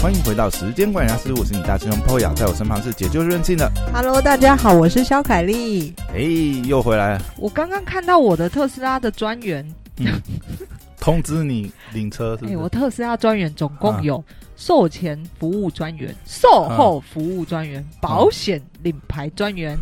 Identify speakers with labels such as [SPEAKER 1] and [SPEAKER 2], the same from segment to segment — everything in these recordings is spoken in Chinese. [SPEAKER 1] 欢迎回到时间管理大师，我是你大师兄 Poya，在我身旁是解救任性的，
[SPEAKER 2] Hello，大家好，我是肖凯丽。
[SPEAKER 1] 哎，又回来了，
[SPEAKER 2] 我刚刚看到我的特斯拉的专员，
[SPEAKER 1] 通知你领车是不
[SPEAKER 2] 哎、
[SPEAKER 1] 是？
[SPEAKER 2] 我特斯拉专员总共
[SPEAKER 1] 啊
[SPEAKER 2] 有售前服务专员、售后服务专
[SPEAKER 1] 啊
[SPEAKER 2] 员、保险领牌专员、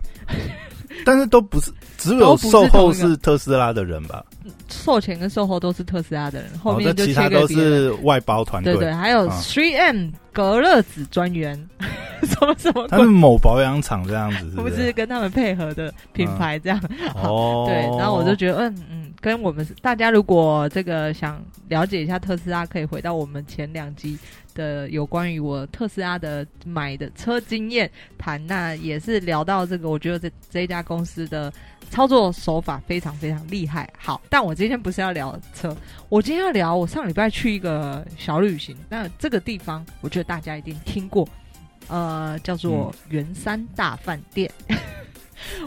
[SPEAKER 1] 但是都不是，只
[SPEAKER 2] 都
[SPEAKER 1] 有
[SPEAKER 2] 不是
[SPEAKER 1] 售后
[SPEAKER 2] 同一个
[SPEAKER 1] 是特斯拉的人吧？
[SPEAKER 2] 售前跟售后都是特斯拉的人，后
[SPEAKER 1] 哦
[SPEAKER 2] 面
[SPEAKER 1] 那
[SPEAKER 2] 就
[SPEAKER 1] 其
[SPEAKER 2] 切
[SPEAKER 1] 他
[SPEAKER 2] 给
[SPEAKER 1] 都
[SPEAKER 2] 别人。
[SPEAKER 1] 是外包团队
[SPEAKER 2] 对。对，还有
[SPEAKER 1] 啊
[SPEAKER 2] 3M 隔热纸专员， 什么什么
[SPEAKER 1] 他
[SPEAKER 2] 鬼
[SPEAKER 1] 是，某保养厂这样子，是
[SPEAKER 2] 不
[SPEAKER 1] 不
[SPEAKER 2] 是
[SPEAKER 1] 是？
[SPEAKER 2] 跟他们配合的品
[SPEAKER 1] 啊
[SPEAKER 2] 牌这样。
[SPEAKER 1] 哦，
[SPEAKER 2] 对，然后我就觉得，嗯嗯，跟我们大家如果这个想了解一下特斯拉，可以回到我们前两集的有关于我特斯拉的买的车经验谈，那也是聊到这个，我觉得这这一家公司的操作手法非常非常厉害。好，但我今天不是要聊车，我今天要聊我上礼拜去一个小旅行，那这个地方我觉得大家一定听过。呃，叫做圆山大饭店。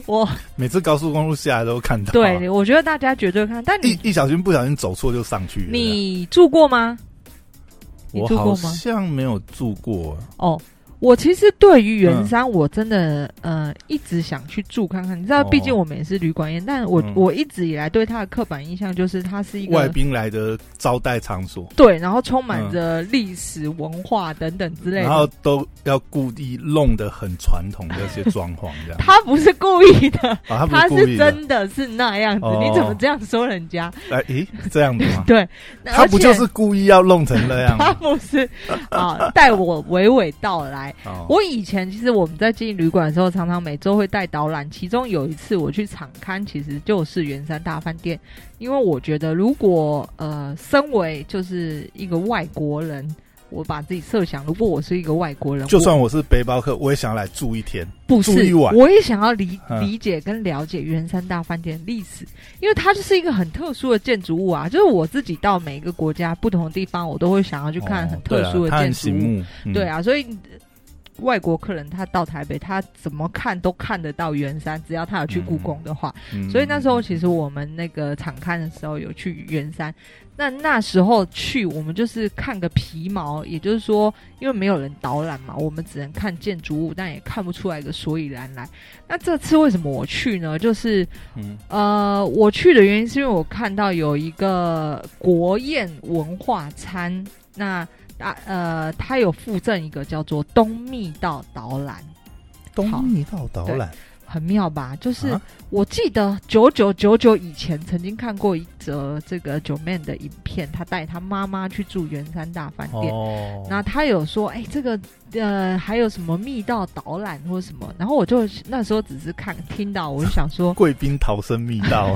[SPEAKER 2] 我
[SPEAKER 1] 每次高速公路下来都看到，
[SPEAKER 2] 对，我觉得大家绝对看，但你
[SPEAKER 1] 一一小心不小心走错就上去了。
[SPEAKER 2] 你住过吗？你
[SPEAKER 1] 我
[SPEAKER 2] 住
[SPEAKER 1] 好
[SPEAKER 2] 过吗？
[SPEAKER 1] 像没有住过，
[SPEAKER 2] 哦，我其实对于圆山，我真的、呃一直想去住看看。你知道，
[SPEAKER 1] 嗯哦
[SPEAKER 2] 毕竟我们也是旅馆业，但我、
[SPEAKER 1] 嗯
[SPEAKER 2] 我一直以来对它的刻板印象就是它是一
[SPEAKER 1] 外
[SPEAKER 2] 个。
[SPEAKER 1] 宾来的招待场所，
[SPEAKER 2] 对，然后充满着历史文化等等之类
[SPEAKER 1] 嗯然
[SPEAKER 2] 的
[SPEAKER 1] 后。都要故意弄得很传统的一些装潢这样。
[SPEAKER 2] 他不是故意的，
[SPEAKER 1] 啊，
[SPEAKER 2] 他
[SPEAKER 1] 他不是故
[SPEAKER 2] 是
[SPEAKER 1] 意的。
[SPEAKER 2] 真的是那样子。
[SPEAKER 1] 哦
[SPEAKER 2] 你怎么这样说人家？？
[SPEAKER 1] 哎，咦，是这样子吗
[SPEAKER 2] 对，
[SPEAKER 1] 他不
[SPEAKER 2] 而且
[SPEAKER 1] 就是故意要弄成那样
[SPEAKER 2] 他
[SPEAKER 1] 吗？
[SPEAKER 2] 不是啊？带我娓娓道来，
[SPEAKER 1] 哦
[SPEAKER 2] 我以前其实我们在经营旅馆的时候，常常每周会带导览。其中有一次我去场刊，其实就是圆山大饭店，因为我觉得如果呃，身为就是一个外国人，我把自己设想，如果我是一个外国人，
[SPEAKER 1] 就
[SPEAKER 2] 我
[SPEAKER 1] 算我是背包客，我也想要来住一天。
[SPEAKER 2] 不
[SPEAKER 1] 住一
[SPEAKER 2] 是，
[SPEAKER 1] 晚
[SPEAKER 2] 我也想要理
[SPEAKER 1] 嗯
[SPEAKER 2] 理解跟了解圆山大饭店的历史，因为它就是一个很特殊的建筑物啊。就是我自己到每一个国家不同的地方，我都会想要去看很
[SPEAKER 1] 哦
[SPEAKER 2] 特殊
[SPEAKER 1] 对啊
[SPEAKER 2] 的
[SPEAKER 1] 他
[SPEAKER 2] 建
[SPEAKER 1] 很
[SPEAKER 2] 筑
[SPEAKER 1] 醒
[SPEAKER 2] 物。
[SPEAKER 1] 目。嗯
[SPEAKER 2] 对，啊，所以呃外国客人他到台北，他怎么看都看得到圆山，只要他有去故宫的话。
[SPEAKER 1] 嗯
[SPEAKER 2] 所以那时候其实我们那个场看的时候有去圆山，那那时候去我们就是看个皮毛，也就是说，因为没有人导览嘛，我们只能看建筑物，但也看不出来个所以然来。那这次为什么我去呢？就是
[SPEAKER 1] 嗯
[SPEAKER 2] 呃，我去的原因是因为我看到有一个国宴文化餐，那啊呃，它有附赠一个叫做东密道导览，好
[SPEAKER 1] 东尼道导览
[SPEAKER 2] 很妙吧？就是
[SPEAKER 1] 啊
[SPEAKER 2] 我记得九九九九以前曾经看过一则这个九妹的影片，她带她妈妈去住圆山大饭店。
[SPEAKER 1] 哦，
[SPEAKER 2] 然后他有说，哎、这个呃，还有什么密道导览或什么？然后我就那时候只是看听到，我就想说，
[SPEAKER 1] 贵宾逃生密 道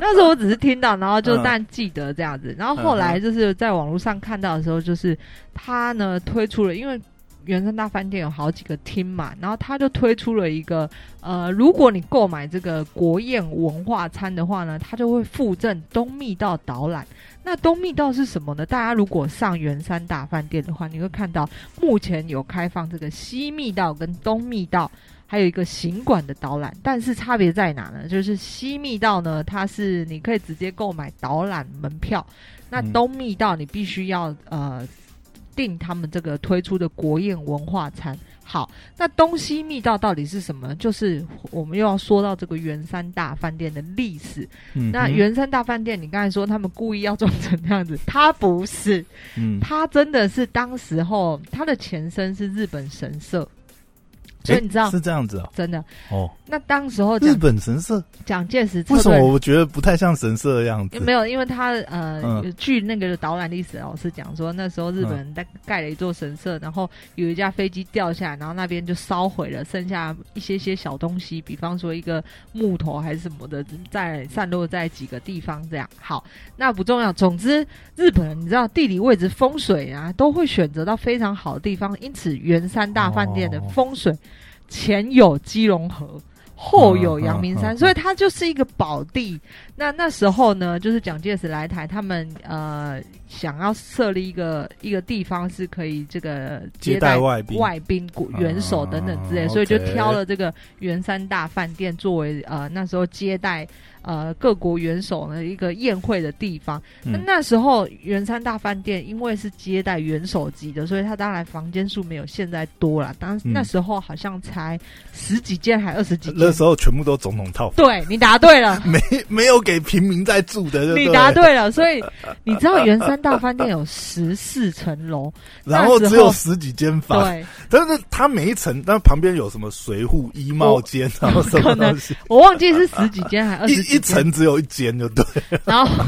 [SPEAKER 2] 那时候我只是听到，然后就
[SPEAKER 1] 嗯
[SPEAKER 2] 但记得这样子。然后后来就是在网络上看到的时候，就是他呢推出了，因为原生大饭店有好几个厅嘛，然后他就推出了一个呃，如果你购买这个国宴文化餐的话呢，他就会附赠东密道导览。那东密道是什么呢？大家如果上圆山大饭店的话，你会看到目前有开放这个西密道跟东密道，还有一个行馆的导览。但是差别在哪呢？就是西密道呢，它是你可以直接购买导览门票；那
[SPEAKER 1] 嗯
[SPEAKER 2] 东密道你必须要呃订他们这个推出的国宴文化餐。好，那东西密道到底是什么呢？就是我们又要说到这个圆山大饭店的历史。
[SPEAKER 1] 嗯
[SPEAKER 2] 那
[SPEAKER 1] 哼
[SPEAKER 2] 圆山大饭店，你刚才说他们故意要装成那样子， 他不是，
[SPEAKER 1] 嗯，
[SPEAKER 2] 他真的是当时候他的前身是日本神社，所以
[SPEAKER 1] 诶
[SPEAKER 2] 你知道
[SPEAKER 1] 是这样子哦
[SPEAKER 2] 真的。
[SPEAKER 1] 哦。
[SPEAKER 2] 那当时候
[SPEAKER 1] 日
[SPEAKER 2] 蒋
[SPEAKER 1] 本神社
[SPEAKER 2] 蒋介石撤
[SPEAKER 1] 为什
[SPEAKER 2] 退
[SPEAKER 1] 么我觉得不太像神社的样子？
[SPEAKER 2] 没有，因为他呃，
[SPEAKER 1] 嗯
[SPEAKER 2] 据那个导览历史老师讲说，那时候日本人在盖了一座神社，然后有一架飞机掉下来，然后那边就烧毁了，剩下一些些小东西，比方说一个木头还是什么的，在散落在几个地方这样。好，那不重要。总之，日本人你知道地理位置、风水啊，都会选择到非常好的地方，因此圆山大饭店的
[SPEAKER 1] 哦
[SPEAKER 2] 风水前有基隆
[SPEAKER 3] 啊
[SPEAKER 2] 河，后有阳明
[SPEAKER 1] 嗯
[SPEAKER 2] 山，
[SPEAKER 1] 嗯嗯
[SPEAKER 2] 所以它就是一个宝地。那那时候呢，就是蒋介石来台，他们呃想要设立一个一个地方是可以这个
[SPEAKER 3] 接
[SPEAKER 2] 待
[SPEAKER 3] 待外宾
[SPEAKER 2] 外宾、鼓元首等等之类，
[SPEAKER 3] 啊
[SPEAKER 2] 所以就
[SPEAKER 3] OK
[SPEAKER 2] 挑了这个圆山大饭店作为呃那时候接待呃各国元首的一个宴会的地方。那、
[SPEAKER 1] 嗯
[SPEAKER 2] 那时候圆山大饭店因为是接待元首级的，所以他当然房间数没有现在多了，当、
[SPEAKER 3] 嗯
[SPEAKER 2] 那时候好像才十几间还二十几
[SPEAKER 3] 那
[SPEAKER 2] 间。
[SPEAKER 3] 时候全部都总统套房，
[SPEAKER 2] 对你答对 了，
[SPEAKER 3] 没没有给平民在住的，对不对
[SPEAKER 2] 你答对了，所以你知道圆山大饭店有十四层楼，
[SPEAKER 3] 然后
[SPEAKER 2] 那时候
[SPEAKER 3] 只有十几间房，
[SPEAKER 2] 对
[SPEAKER 3] 但是它每一层，但旁边有什么水户衣帽间，然后什么东西，
[SPEAKER 2] 我忘记是十几间还哦二
[SPEAKER 3] 一
[SPEAKER 2] 十几
[SPEAKER 3] 一
[SPEAKER 2] 间，
[SPEAKER 3] 层只有一间就对。
[SPEAKER 2] 然后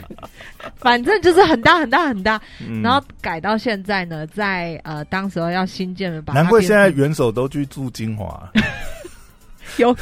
[SPEAKER 2] 反正就是很大很大很大，
[SPEAKER 1] 嗯
[SPEAKER 2] 然后改到现在呢，在呃当时候要新建的，把它
[SPEAKER 3] 难怪
[SPEAKER 2] 变
[SPEAKER 3] 现
[SPEAKER 2] 成
[SPEAKER 3] 在元首都去住金华，
[SPEAKER 2] 没有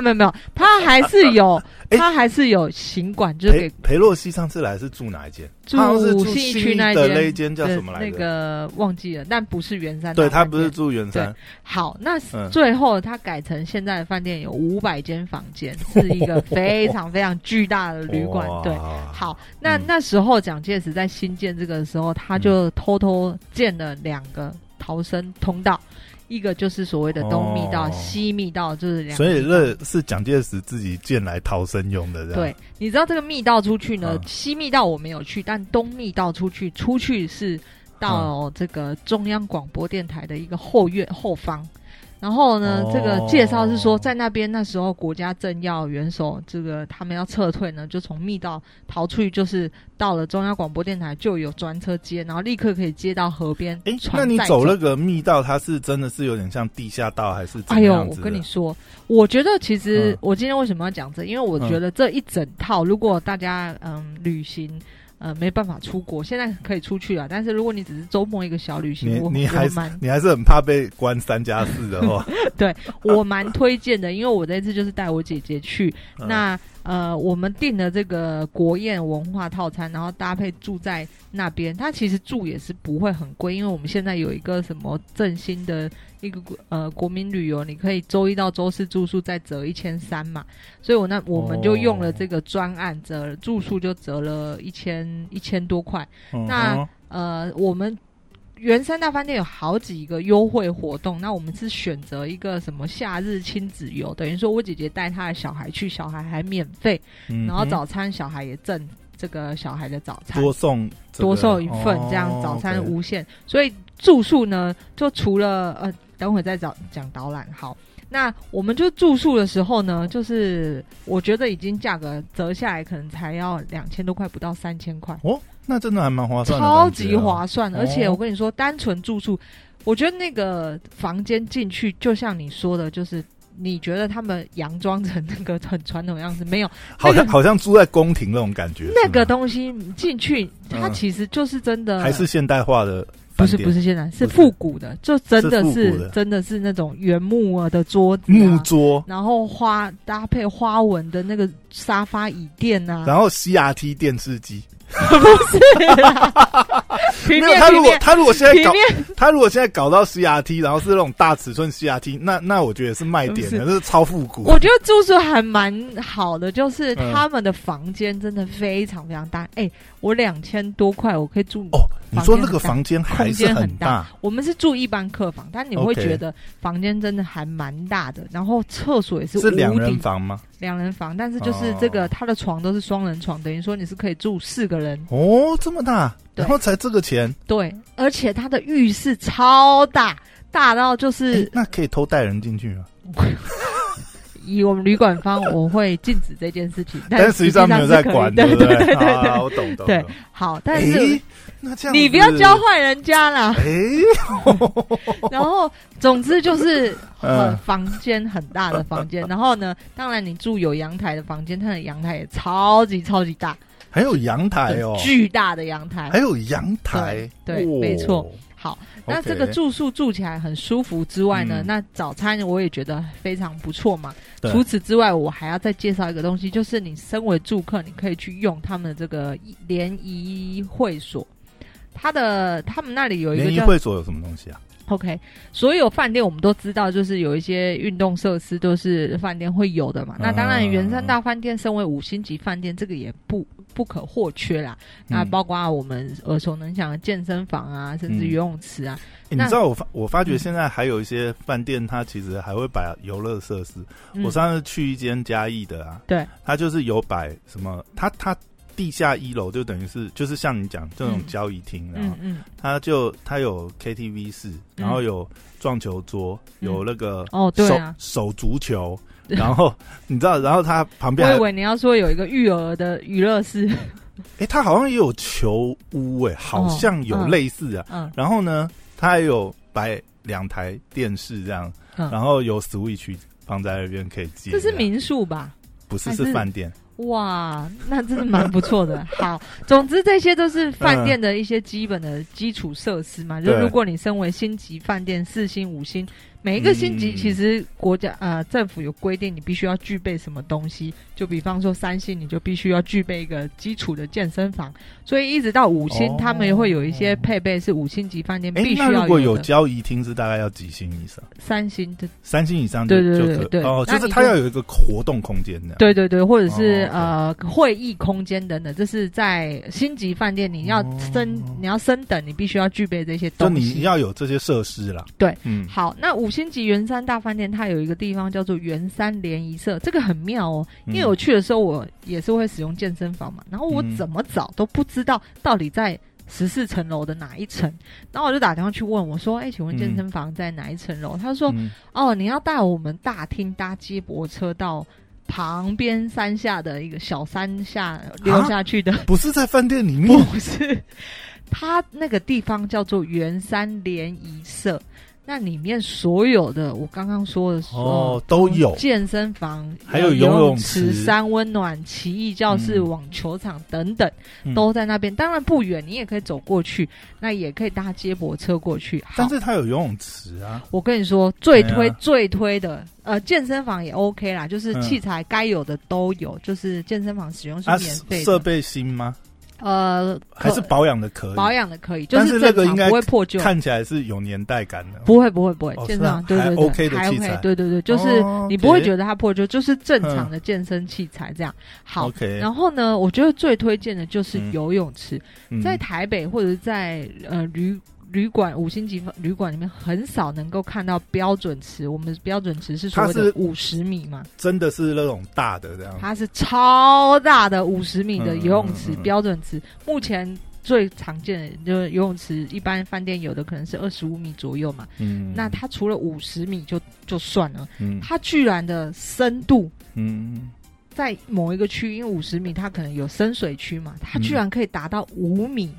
[SPEAKER 2] 没有没有，它还是有
[SPEAKER 3] 哎
[SPEAKER 2] 它还是有行管，就是
[SPEAKER 3] 裴
[SPEAKER 2] 给
[SPEAKER 3] 裴洛西上次来是住哪一间？
[SPEAKER 2] 住
[SPEAKER 3] 好像是住
[SPEAKER 2] 信
[SPEAKER 3] 信
[SPEAKER 2] 义区
[SPEAKER 3] 义
[SPEAKER 2] 那一
[SPEAKER 3] 的
[SPEAKER 2] 间
[SPEAKER 3] 那一间叫
[SPEAKER 2] 的
[SPEAKER 3] 什么来
[SPEAKER 2] 那
[SPEAKER 3] 着？
[SPEAKER 2] 个忘记了，但不是圆山大
[SPEAKER 3] 对
[SPEAKER 2] 饭
[SPEAKER 3] 他
[SPEAKER 2] 店，
[SPEAKER 3] 不是住圆山，
[SPEAKER 2] 好，那
[SPEAKER 3] 嗯
[SPEAKER 2] 最后它改成现在的饭店有五百间房间，是一个非常非常巨大的旅馆
[SPEAKER 3] 哇，
[SPEAKER 2] 对。好，那、
[SPEAKER 3] 嗯
[SPEAKER 2] 那时候蒋介石在新建这个的时候，他就偷偷建了两个逃生通道，一个就是所谓的东密道、
[SPEAKER 3] 哦
[SPEAKER 2] 西密道，就是两个
[SPEAKER 3] 所以
[SPEAKER 2] 密道。
[SPEAKER 3] 这是蒋介石自己建来逃生用的，这样
[SPEAKER 2] 对，你知道这个密道出去呢，
[SPEAKER 3] 嗯
[SPEAKER 2] 西密道我没有去，但东密道出去，出去是到这个中央广播电台的一个后院后方。然后呢，
[SPEAKER 3] 哦
[SPEAKER 2] 这个介绍是说，在那边那时候国家政要元首这个他们要撤退呢，就从密道逃出去，就是到了中央广播电台就有专车接，然后立刻可以接到河边。
[SPEAKER 3] 哎，那
[SPEAKER 2] 船
[SPEAKER 3] 你
[SPEAKER 2] 载
[SPEAKER 3] 走那个密道，它是真的是有点像地下道，还是怎
[SPEAKER 2] 哎
[SPEAKER 3] 么
[SPEAKER 2] 呦，
[SPEAKER 3] 样
[SPEAKER 2] 我
[SPEAKER 3] 子的？
[SPEAKER 2] 跟你说，我觉得其实
[SPEAKER 3] 嗯
[SPEAKER 2] 我今天为什么要讲这？因为我觉得这一整套，如果大家嗯旅行。呃，没办法出国，现在可以出去了。但是如果你只是周末一个小旅
[SPEAKER 3] 你
[SPEAKER 2] 行，我
[SPEAKER 3] 你还
[SPEAKER 2] 我
[SPEAKER 3] 是
[SPEAKER 2] 蛮
[SPEAKER 3] 你还是很怕被关三加四的话，
[SPEAKER 2] 我蛮推荐的，因为我这次就是带我姐姐去，
[SPEAKER 3] 嗯
[SPEAKER 2] 那呃，我们订的这个国宴文化套餐，然后搭配住在那边，它其实住也是不会很贵，因为我们现在有一个什么振兴的一个呃国民旅游，你可以周一到周四住宿再折一千三嘛，所以我那我们就用了这个专案折住宿就折了一千一千多块，
[SPEAKER 3] 嗯
[SPEAKER 2] 那
[SPEAKER 3] 哼
[SPEAKER 2] 呃，我们圆山大饭店有好几个优惠活动，那我们是选择一个什么夏日亲子游，等于说我姐姐带她的小孩去，小孩还免费，
[SPEAKER 3] 嗯哼
[SPEAKER 2] 然后早餐小孩也赠这个小孩的早餐，
[SPEAKER 3] 多送这个
[SPEAKER 2] 多送一份，
[SPEAKER 3] 哦
[SPEAKER 2] 这样早餐
[SPEAKER 3] OK
[SPEAKER 2] 无限。所以住宿呢，就除了呃，等会再找讲导览好。那我们就住宿的时候呢，就是我觉得已经价格折下来，可能才要两千多块，不到三千块。
[SPEAKER 3] 哦，那真的还蛮划算的，
[SPEAKER 2] 超级划
[SPEAKER 3] 算。
[SPEAKER 2] 算，
[SPEAKER 3] 哦
[SPEAKER 2] 而且我跟你说，单纯住宿，我觉得那个房间进去，就像你说的，就是你觉得他们佯装成那个很传统的样 子，没有
[SPEAKER 3] 好
[SPEAKER 2] 那
[SPEAKER 3] 像
[SPEAKER 2] 个
[SPEAKER 3] 好像住在宫廷那种感觉，
[SPEAKER 2] 那
[SPEAKER 3] 是
[SPEAKER 2] 个
[SPEAKER 3] 吗
[SPEAKER 2] 东西你进去，它
[SPEAKER 3] 嗯
[SPEAKER 2] 其实就是真的，
[SPEAKER 3] 还是现代化的
[SPEAKER 2] 不
[SPEAKER 3] 饭
[SPEAKER 2] 是
[SPEAKER 3] 店，
[SPEAKER 2] 不是现在
[SPEAKER 3] 不
[SPEAKER 2] 是
[SPEAKER 3] 嗯是
[SPEAKER 2] 复古的，就真
[SPEAKER 3] 是
[SPEAKER 2] 的
[SPEAKER 3] 复
[SPEAKER 2] 是
[SPEAKER 3] 古的
[SPEAKER 2] 真的是那种原木啊的桌子、
[SPEAKER 3] 木
[SPEAKER 2] 啊，
[SPEAKER 3] 桌，
[SPEAKER 2] 然后花搭配花纹的那个沙发椅垫啊，
[SPEAKER 3] 然后 CRT 电视机。
[SPEAKER 2] 对啊 平
[SPEAKER 3] 没有
[SPEAKER 2] 面
[SPEAKER 3] 他
[SPEAKER 2] 平
[SPEAKER 3] 如果他如
[SPEAKER 2] 面
[SPEAKER 3] 果现在
[SPEAKER 2] 平
[SPEAKER 3] 搞
[SPEAKER 2] 面
[SPEAKER 3] 他如果现在搞到 CRT，然后是那种大尺寸 CRT，那那我觉得是卖点的，
[SPEAKER 2] 不
[SPEAKER 3] 这是超复古。
[SPEAKER 2] 我觉得住宿还蛮好的，就是
[SPEAKER 3] 嗯
[SPEAKER 2] 他们的房间真的非常非常大。哎、我两千多块我可以住，
[SPEAKER 3] 哦，你说那个房间还是
[SPEAKER 2] 空间很
[SPEAKER 3] 大
[SPEAKER 2] 大，我们是住一般客房，但你会
[SPEAKER 3] OK
[SPEAKER 2] 觉得房间真的还蛮大的，然后厕所也是
[SPEAKER 3] 是两
[SPEAKER 2] 无
[SPEAKER 3] 人
[SPEAKER 2] 敌
[SPEAKER 3] 房吗？
[SPEAKER 2] 两人房，但是就是
[SPEAKER 3] 哦
[SPEAKER 2] 这个他的床都是双人床，等于说你是可以住四个人。
[SPEAKER 3] 哦，这么大，
[SPEAKER 2] 对
[SPEAKER 3] 然后才这个钱，
[SPEAKER 2] 对，而且他的浴室超大，大到就是
[SPEAKER 3] 诶那可以偷带人进去啊吗？
[SPEAKER 2] 以我们旅馆方我会禁止这件事情，
[SPEAKER 3] 但
[SPEAKER 2] 实
[SPEAKER 3] 实际上没有在
[SPEAKER 2] 是可以
[SPEAKER 3] 管，
[SPEAKER 2] 的
[SPEAKER 3] 不
[SPEAKER 2] 对
[SPEAKER 3] 对？
[SPEAKER 2] 对
[SPEAKER 3] 好
[SPEAKER 2] 对
[SPEAKER 3] 好，我懂懂。
[SPEAKER 2] 对
[SPEAKER 3] 懂，
[SPEAKER 2] 好，但是
[SPEAKER 3] 诶那这样
[SPEAKER 2] 你不要教。坏人家啦。
[SPEAKER 3] 哎，
[SPEAKER 2] 然后，总之就是呃
[SPEAKER 3] 嗯，
[SPEAKER 2] 房间很大的房 间。然后呢，当然你住有阳台的房间，它的阳台也超级超级大，
[SPEAKER 3] 还有阳台哦，
[SPEAKER 2] 巨大的阳台
[SPEAKER 3] 还。有阳台，
[SPEAKER 2] 嗯对对
[SPEAKER 3] 哦
[SPEAKER 2] 没错。好，那
[SPEAKER 3] 哎 OK
[SPEAKER 2] 这个住宿住起来很舒服之外呢，
[SPEAKER 3] 嗯
[SPEAKER 2] 那早餐我也觉得非常不错嘛。
[SPEAKER 3] 对
[SPEAKER 2] 除此之外，我还要再介绍一个东西，就是你身为住客，你可以去用他们的这个联谊会所。他的他们那里有一个
[SPEAKER 3] 哦联谊
[SPEAKER 2] 叫
[SPEAKER 3] 会所有什么东西啊？
[SPEAKER 2] OK，所有饭店我们都知道，就是有一些运动设施都是饭店会有的嘛。那当然，
[SPEAKER 3] 嗯
[SPEAKER 2] 圆山大饭店身为五星级饭店，这个也不不可或缺啦。
[SPEAKER 3] 嗯
[SPEAKER 2] 那啊包括我们耳熟能详的健身房啊，甚至
[SPEAKER 1] 嗯
[SPEAKER 2] 游泳池啊，
[SPEAKER 3] 欸你
[SPEAKER 2] 那嗯
[SPEAKER 3] 知道我发我发觉现在还有一些饭店，它其实还会摆游乐设施。
[SPEAKER 2] 嗯
[SPEAKER 3] 我上次去一间嘉义的啊，
[SPEAKER 2] 对，
[SPEAKER 3] 它就是有摆什么，它它地下一楼就等于是就是像你讲这种
[SPEAKER 2] 嗯
[SPEAKER 3] 交易厅，然后
[SPEAKER 2] 嗯嗯，
[SPEAKER 3] 它就它有 KTV 室，然后有撞球桌，
[SPEAKER 2] 嗯
[SPEAKER 3] 有那个
[SPEAKER 2] 哦对
[SPEAKER 3] 手
[SPEAKER 2] 啊
[SPEAKER 3] 手足球，然后你知道，然后它旁边
[SPEAKER 2] 我
[SPEAKER 3] 还
[SPEAKER 2] 以为你要说有一个育儿的娱乐 室，
[SPEAKER 3] 哎，它好像也有球屋哎，好
[SPEAKER 2] 哦
[SPEAKER 3] 像有
[SPEAKER 2] 嗯
[SPEAKER 3] 类似啊。
[SPEAKER 2] 嗯
[SPEAKER 3] 然后呢，它还有摆两台电视这样，然
[SPEAKER 2] 嗯，
[SPEAKER 3] 后有 Switch 放在那边可以接。
[SPEAKER 2] 这是民宿吧？
[SPEAKER 3] 不是
[SPEAKER 2] 还是
[SPEAKER 3] 是饭店？
[SPEAKER 2] 哇，那真的蛮不错 的。好，总之这些都是饭店的一些基本的基础设施嘛。就
[SPEAKER 3] 对
[SPEAKER 2] 如果你身为星级饭店，四星、五星，每一个星级
[SPEAKER 3] 嗯
[SPEAKER 2] 其实国家呃政府有规定，你必须要具备什么东西。就比方说三星，你就必须要具备一个基础的健身房。所以一直到五星，
[SPEAKER 3] 哦
[SPEAKER 2] 他们也会有一些配备是五星级饭店
[SPEAKER 3] 哎
[SPEAKER 2] 必，须
[SPEAKER 3] 那如
[SPEAKER 2] 要
[SPEAKER 3] 果
[SPEAKER 2] 有
[SPEAKER 3] 有
[SPEAKER 2] 的。
[SPEAKER 3] 交易厅是大概要几星以上？
[SPEAKER 2] 三星的
[SPEAKER 3] 三星以上就
[SPEAKER 2] 对对
[SPEAKER 3] 就
[SPEAKER 2] 对
[SPEAKER 3] 可
[SPEAKER 2] 对
[SPEAKER 3] 哦，
[SPEAKER 2] 那
[SPEAKER 3] 就
[SPEAKER 2] 你
[SPEAKER 3] 是它
[SPEAKER 2] 就
[SPEAKER 3] 要有一个活动空间的。
[SPEAKER 2] 对对对，或者是、
[SPEAKER 3] 哦
[SPEAKER 2] 呃会议空间等等，这是在星级饭店你要升、
[SPEAKER 3] 哦
[SPEAKER 2] 你要升等，你必须要具备这些
[SPEAKER 3] 就
[SPEAKER 2] 东
[SPEAKER 3] 你
[SPEAKER 2] 西。
[SPEAKER 3] 要有这些设施啦。
[SPEAKER 2] 对，
[SPEAKER 3] 嗯，
[SPEAKER 2] 好，那五星级圆山大饭店，它有一个地方叫做圆山联谊社，这个很妙哦。因为我
[SPEAKER 3] 嗯
[SPEAKER 2] 去的时候，我也是会使用健身房嘛，然后我
[SPEAKER 3] 嗯
[SPEAKER 2] 怎么找都不知道到底在十四层楼的哪一层，然后我就打电话去问，我说：“哎、请问健
[SPEAKER 3] 嗯
[SPEAKER 2] 身房在哪一层楼？”他说：“
[SPEAKER 3] 嗯
[SPEAKER 2] 哦，你要带我们大厅搭接驳车到旁边山下的一个小山下
[SPEAKER 3] 啊
[SPEAKER 2] 溜下去的，
[SPEAKER 3] 不是在饭店里面，
[SPEAKER 2] 不是？ 它那个地方叫做圆山联谊社，那里面所有的我刚刚说的
[SPEAKER 3] 哦都有
[SPEAKER 2] 健身房，
[SPEAKER 3] 还有
[SPEAKER 2] 呃
[SPEAKER 3] 游
[SPEAKER 2] 游
[SPEAKER 3] 泳池
[SPEAKER 2] 池、三温暖、奇异教室、
[SPEAKER 3] 嗯
[SPEAKER 2] 网球场等等
[SPEAKER 3] 嗯
[SPEAKER 2] 都在那边。当然不远，你也可以走过去，那也可以搭接驳车过去。好
[SPEAKER 3] 但是它有游泳池啊。
[SPEAKER 2] 我跟你说，最推、
[SPEAKER 3] 对啊
[SPEAKER 2] 最推的，呃，健身房也 OK 啦，就是
[SPEAKER 3] 嗯
[SPEAKER 2] 器材该有的都有，就是健身房使用是
[SPEAKER 3] 啊，
[SPEAKER 2] 免费的，
[SPEAKER 3] 设备新吗？
[SPEAKER 2] 呃，可
[SPEAKER 3] 还是保养的可以？
[SPEAKER 2] 保养的可以，就
[SPEAKER 3] 但是那个
[SPEAKER 2] 正常
[SPEAKER 3] 应该
[SPEAKER 2] 不会破旧，
[SPEAKER 3] 看起来是有年代感的。
[SPEAKER 2] 不会不会不会，
[SPEAKER 3] 哦
[SPEAKER 2] 健身房、
[SPEAKER 3] 是
[SPEAKER 2] 对
[SPEAKER 3] 啊
[SPEAKER 2] 对
[SPEAKER 3] 还
[SPEAKER 2] 对
[SPEAKER 3] OK 的
[SPEAKER 2] 还
[SPEAKER 3] 器
[SPEAKER 2] OK，
[SPEAKER 3] 材
[SPEAKER 2] 对对对，就是
[SPEAKER 3] 哦
[SPEAKER 2] 你不会
[SPEAKER 3] OK 嗯
[SPEAKER 2] 觉得它破旧，就是正常的健身器材这样。好，
[SPEAKER 3] OK，
[SPEAKER 2] 然后呢，我觉得最推荐的就是
[SPEAKER 3] 嗯
[SPEAKER 2] 游泳池，
[SPEAKER 3] 嗯
[SPEAKER 2] 在台北或者在呃旅旅馆五星级饭旅馆里面，很少能够看到标准池。我们标准池是所谓
[SPEAKER 3] 它
[SPEAKER 2] 的
[SPEAKER 3] 是
[SPEAKER 2] 五十米嘛，
[SPEAKER 3] 真的是那种大的这样。
[SPEAKER 2] 它是超大的五十米的
[SPEAKER 3] 哦嗯
[SPEAKER 2] 游泳池、
[SPEAKER 3] 嗯嗯
[SPEAKER 2] 标准池。目前最常见的就是游泳池，一般饭店有的可能是二十五米左右嘛。
[SPEAKER 3] 嗯
[SPEAKER 2] 那它除了五十米就就算了，
[SPEAKER 3] 嗯
[SPEAKER 2] 它居然的深度
[SPEAKER 3] 嗯
[SPEAKER 2] 在某一个区，因为五十米它可能有深水区嘛，它
[SPEAKER 3] 嗯
[SPEAKER 2] 居然可以达到五米。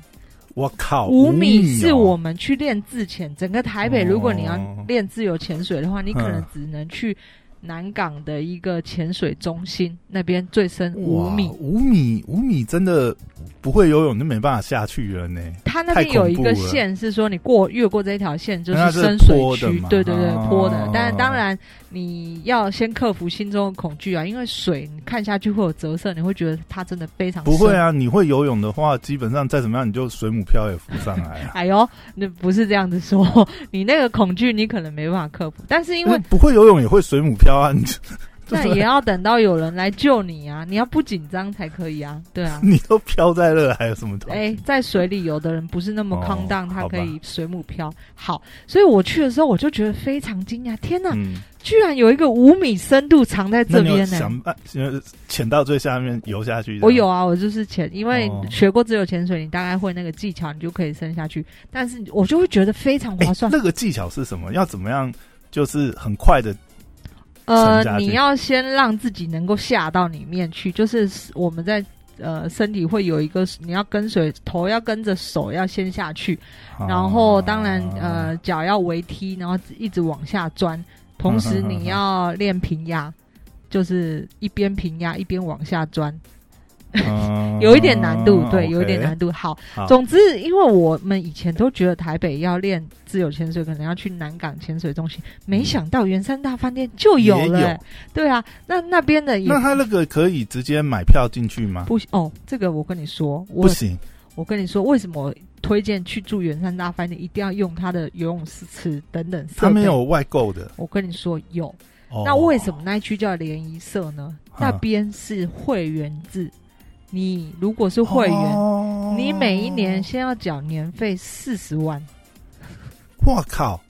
[SPEAKER 3] 我靠，
[SPEAKER 2] 五米
[SPEAKER 3] 哦
[SPEAKER 2] 是我们去练自潜，整个台北，如果你要
[SPEAKER 3] 哦
[SPEAKER 2] 练自由潜水的话，你可能
[SPEAKER 3] 嗯
[SPEAKER 2] 只能去南港的一个潜水中心那边最深五米
[SPEAKER 3] 哇。哦五米，五米真的不会游泳就没办法下去了呢。
[SPEAKER 2] 它那边有一
[SPEAKER 3] 太
[SPEAKER 2] 个
[SPEAKER 3] 恐怖了
[SPEAKER 2] 线是说你过越过这条线就
[SPEAKER 3] 那是
[SPEAKER 2] 深水
[SPEAKER 3] 坡的
[SPEAKER 2] 区
[SPEAKER 3] 嘛，
[SPEAKER 2] 对对对
[SPEAKER 3] 哦，
[SPEAKER 2] 坡的。但当然你要先克服心中的恐惧啊，因为水你看下去会有折射，你会觉得它真的非常深
[SPEAKER 3] 不会。啊，你会游泳的话，基本上再怎么样你就水母漂也浮上来啊。
[SPEAKER 2] 哎呦，那不是这样子说， 你那个恐惧你可能没办法克服，但是因为
[SPEAKER 3] 哎不会游泳也会水母漂啊，你就 对
[SPEAKER 2] 那
[SPEAKER 3] 不对。
[SPEAKER 2] 也要等到有人来救你啊！你要不紧张才可以啊，对啊
[SPEAKER 3] 你都漂在 那还有什么头？
[SPEAKER 2] 哎、在水里有的人不是那么
[SPEAKER 3] 哦
[SPEAKER 2] 康荡，他
[SPEAKER 3] 好
[SPEAKER 2] 可
[SPEAKER 3] 吧
[SPEAKER 2] 以水母漂。好，所以我去的时候我就觉得非常惊讶，天哪，
[SPEAKER 3] 嗯，
[SPEAKER 2] 居然有一个五米深度藏在
[SPEAKER 3] 那
[SPEAKER 2] 这
[SPEAKER 3] 你有
[SPEAKER 2] 边呢、
[SPEAKER 3] 想办呃潜到最下面游下去？
[SPEAKER 2] 我有，啊，我就是潜，因为
[SPEAKER 3] 哦
[SPEAKER 2] 学过自由潜水，你大概会那个技巧，你就可以深下去。但是我就会觉得非常
[SPEAKER 3] 哎
[SPEAKER 2] 划，算。
[SPEAKER 3] 那个技巧是什么？要怎么样？就是很快的沉
[SPEAKER 2] 呃，
[SPEAKER 3] 下
[SPEAKER 2] 你
[SPEAKER 3] 去
[SPEAKER 2] 要先让自己能够下到里面去，就是我们在呃身体会有一个，你要跟随头要跟着手要先下去， 然后当然
[SPEAKER 3] 啊
[SPEAKER 2] 呃脚要围踢，然后一直往下钻，同
[SPEAKER 3] 嗯哼
[SPEAKER 2] 时
[SPEAKER 3] 嗯哼
[SPEAKER 2] 你要练平压，就是一边平压一边往下钻，
[SPEAKER 3] 嗯
[SPEAKER 2] 有一点难度，对，
[SPEAKER 3] OK
[SPEAKER 2] 有一点难度。好，
[SPEAKER 3] 好
[SPEAKER 2] 总之，因为我们以前都觉得台北要练自由潜水，可能要去南港潜水中心，没想到圆山大饭店就有了、
[SPEAKER 3] 也有
[SPEAKER 2] 欸对啊，那那边的也
[SPEAKER 3] 那他那个可以直接买票进去吗？
[SPEAKER 2] 不哦，这个我跟你说，
[SPEAKER 3] 不
[SPEAKER 2] 我
[SPEAKER 3] 行，
[SPEAKER 2] 我跟你说，为什么我推荐去住圆山大饭店，一定要用它的游泳池等等设
[SPEAKER 3] 他
[SPEAKER 2] 备
[SPEAKER 3] 没。有外购的。
[SPEAKER 2] 我跟你说有，
[SPEAKER 3] 哦
[SPEAKER 2] 那为什么那一区叫联谊社呢？
[SPEAKER 3] 啊
[SPEAKER 2] 那边是会员制，你如果是会员，
[SPEAKER 3] 哦
[SPEAKER 2] 你每一年，先要缴年费四十万，
[SPEAKER 3] 我靠，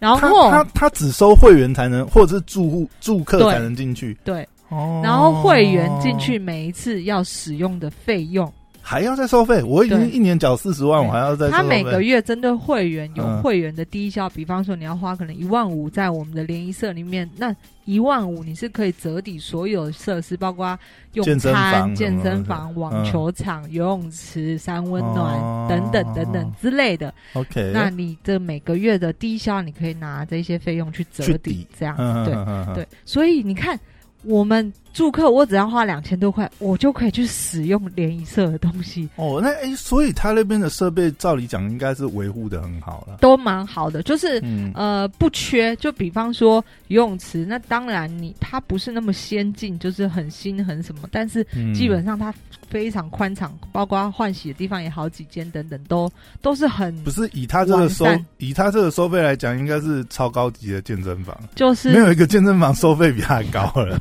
[SPEAKER 2] 然
[SPEAKER 3] 他
[SPEAKER 2] 后
[SPEAKER 3] 他他只收会员才能，或者是住户住客才能进去，
[SPEAKER 2] 对，
[SPEAKER 3] 哦，
[SPEAKER 2] 然后会员进去每一次要使用的费用，
[SPEAKER 3] 还要再收费，我已经
[SPEAKER 2] 对
[SPEAKER 3] 一年缴四十万，我还要再收费，
[SPEAKER 2] 他每个月针对会员有
[SPEAKER 3] 嗯
[SPEAKER 2] 会员的低消，比方说你要花可能一万五在我们的联谊社里面，那一万五你是可以折抵所有设施，包括用
[SPEAKER 3] 健身
[SPEAKER 2] 餐、
[SPEAKER 3] 房
[SPEAKER 2] 健
[SPEAKER 3] 什
[SPEAKER 2] 身
[SPEAKER 3] 么的
[SPEAKER 2] 房、网
[SPEAKER 3] 嗯
[SPEAKER 2] 球场、游泳池、三温
[SPEAKER 3] 哦
[SPEAKER 2] 暖等等等等之类的。
[SPEAKER 3] OK，
[SPEAKER 2] 那你的每个月的低消，你可以拿这些费用去折
[SPEAKER 3] 去
[SPEAKER 2] 抵
[SPEAKER 3] 抵，
[SPEAKER 2] 这样
[SPEAKER 3] 嗯
[SPEAKER 2] 对。
[SPEAKER 3] 嗯
[SPEAKER 2] 对，所以你看，我们住客我只要花两千多块，我就可以去使用联谊社的东西，
[SPEAKER 3] 哦，那哎，所以他那边的设备，照理讲应该是维护的很好了。
[SPEAKER 2] 都蛮好的。就是
[SPEAKER 3] 嗯，
[SPEAKER 2] 呃，不缺。就比方说游泳池，那当然你它不是那么先进，就是很新很什么，但是
[SPEAKER 3] 嗯
[SPEAKER 2] 基本上它非常宽敞，包括换洗的地方也好几间等等，都都是很
[SPEAKER 3] 不是以他这个收
[SPEAKER 2] 完善，
[SPEAKER 3] 以他这个收费来讲，应该是超高级的健身房，
[SPEAKER 2] 就是
[SPEAKER 3] 没有一个健身房收费比他高 了。